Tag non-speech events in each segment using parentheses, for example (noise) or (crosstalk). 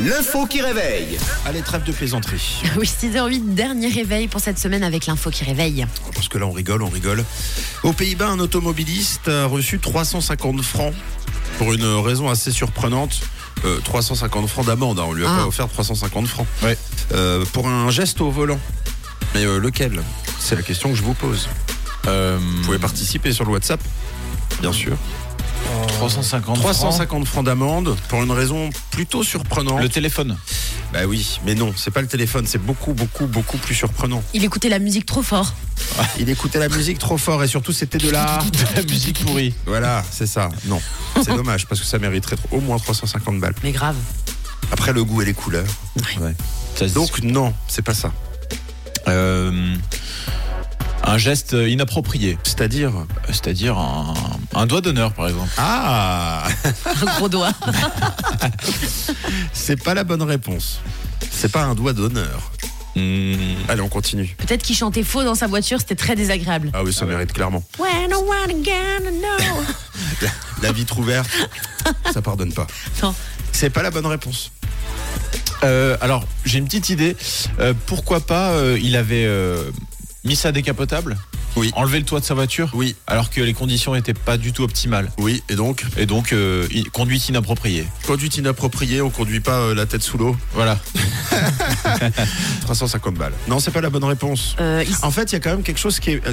L'info qui réveille. Allez, trêve de plaisanterie. (laughs) Oui, 6h08, dernier réveil pour cette semaine avec l'info qui réveille. Parce que là, on rigole, on rigole. Aux Pays-Bas, un automobiliste a reçu 350 francs pour une raison assez surprenante. Euh, 350 francs d'amende, hein, on lui a Ah. pas offert 350 francs. Euh, pour un geste au volant. Mais euh, lequel C'est la question que je vous pose. Vous pouvez participer sur le WhatsApp, bien sûr. 350 francs. 350 francs d'amende pour une raison plutôt surprenante. Le téléphone. Bah oui, mais non, c'est pas le téléphone, c'est beaucoup, beaucoup, beaucoup plus surprenant. Il écoutait la musique trop fort. (laughs) Il écoutait la musique trop fort et surtout c'était de la... (laughs) La musique pourrie. Voilà, c'est ça. Non, c'est dommage parce que ça mériterait au moins 350 balles. Mais grave. (laughs) Après le goût et les couleurs. Ça se Donc non, c'est pas ça. Euh, un geste inapproprié, C'est-à-dire c'est-à-dire un, un doigt d'honneur par exemple. ah, (laughs) Un gros doigt. c'est pas la bonne réponse. C'est pas un doigt d'honneur. Hmm, Allez, on continue. Peut-être qu'il chantait faux dans sa voiture, c'était très désagréable. Ah oui, ça mérite clairement. When I wanna gonna know. La vitre ouverte, ça pardonne pas. (laughs) Non. C'est pas la bonne réponse. Euh, alors j'ai une petite idée. Euh, pourquoi pas euh, il avait euh, mis ça décapotable Oui. Enlevé le toit de sa voiture Oui. Alors que les conditions n'étaient pas du tout optimales. Oui, et donc Et donc euh, i- conduite inappropriée. conduite inappropriée, on conduit pas euh, la tête sous l'eau. Voilà. 350 balles. Non, c'est pas la bonne réponse. Euh, il- En fait, il y a quand même quelque chose qui est. euh,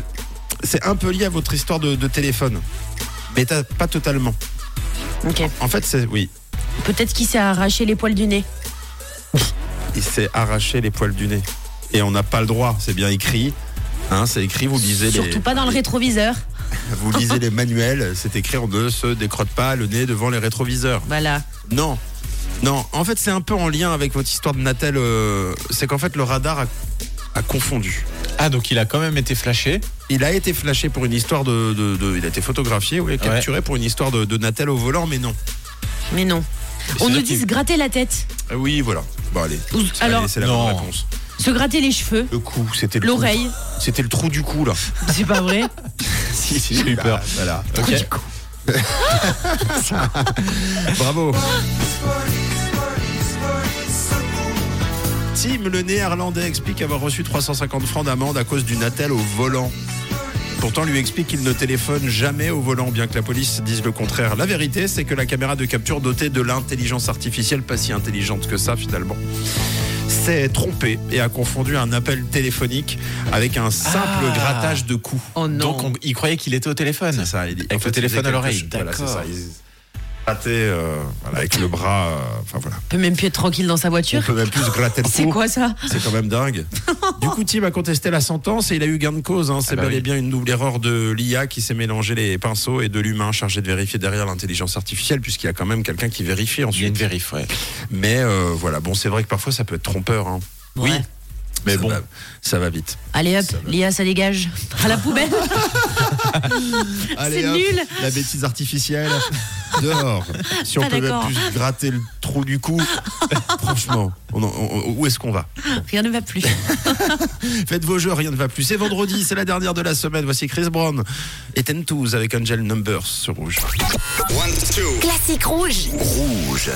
C'est un peu lié à votre histoire de, de téléphone. Mais t'as- pas totalement. Ok. En fait, c'est. Oui. Peut-être qu'il s'est arraché les poils du nez. Il s'est arraché les poils du nez. Et on n'a pas le droit. C'est bien écrit. Hein, c'est écrit, vous lisez, les, Surtout pas dans le rétroviseur. (laughs) vous lisez les manuels. C'est écrit, on ne se décrotte pas le nez devant les rétroviseurs. Voilà. Non. Non. En fait, c'est un peu en lien avec votre histoire de Natel. euh, c'est qu'en fait, le radar a, a confondu. Ah donc il a quand même été flashé. Il a été flashé pour une histoire de. de- de- il a été photographié, oui, capturé pour une histoire de, de Natel au volant, mais non. Mais non. On C'est-à-dire nous dit qu'il- se gratter la tête. Ah Oui, voilà. Bon, allez. Ou- C'est- Alors, allez, c'est la Non. bonne réponse. se gratter les cheveux, Le cou, c'était le l'oreille. trou. C'était le trou du cou, là. C'est pas (laughs) vrai (laughs) si si j'ai eu Ah, peur. voilà. Ok. Bravo. Tim, le néerlandais, explique avoir reçu 350 francs d'amende à cause d'une attelle au volant. Pourtant, lui explique qu'il ne téléphone jamais au volant, bien que la police dise le contraire. La vérité, c'est que la caméra de capture dotée de l'intelligence artificielle, pas si intelligente que ça finalement, s'est trompée et a confondu un appel téléphonique avec un simple Ah. grattage de cou. Oh non. Donc on- il croyait qu'il était au téléphone. C'est ça, il- Avec en le fait, téléphone il faisait à l'oreille. quelque chose. Voilà, c'est D'accord. ça. Il grattait, euh, voilà, avec le bras. euh, Enfin voilà. peut même plus être tranquille dans sa On voiture. peut même plus se gratter le C'est cou. quoi ça C'est quand même (laughs) dingue. du coup, Tim a contesté la sentence et il a eu gain de cause. hein. C'est Ah bah bel et oui. bien une double erreur de l'IA qui s'est mélangé les pinceaux et de l'humain chargé de vérifier derrière l'intelligence artificielle, puisqu'il y a quand même quelqu'un qui Il vérifie y a une ensuite. vérif, ouais. Mais euh, voilà, bon, c'est vrai que parfois ça peut être trompeur. hein. Ouais. Oui. Mais Ça bon. va- ça va vite. Allez hop, Ça va. l'IA ça dégage. À la poubelle. Allez, C'est hop, nul. Ah. La bêtise artificielle. (laughs) Dehors. Si on Pas peut même d'accord. plus gratter le trou du (laughs) cou, franchement, on en- on- où est-ce qu'on va Rien ne va plus. Faites vos jeux, rien ne va plus. C'est vendredi, c'est la dernière de la semaine. Voici Chris Brown et Ten Tools avec Angel Numbers sur Rouge. One, two. Classique rouge. Rouge.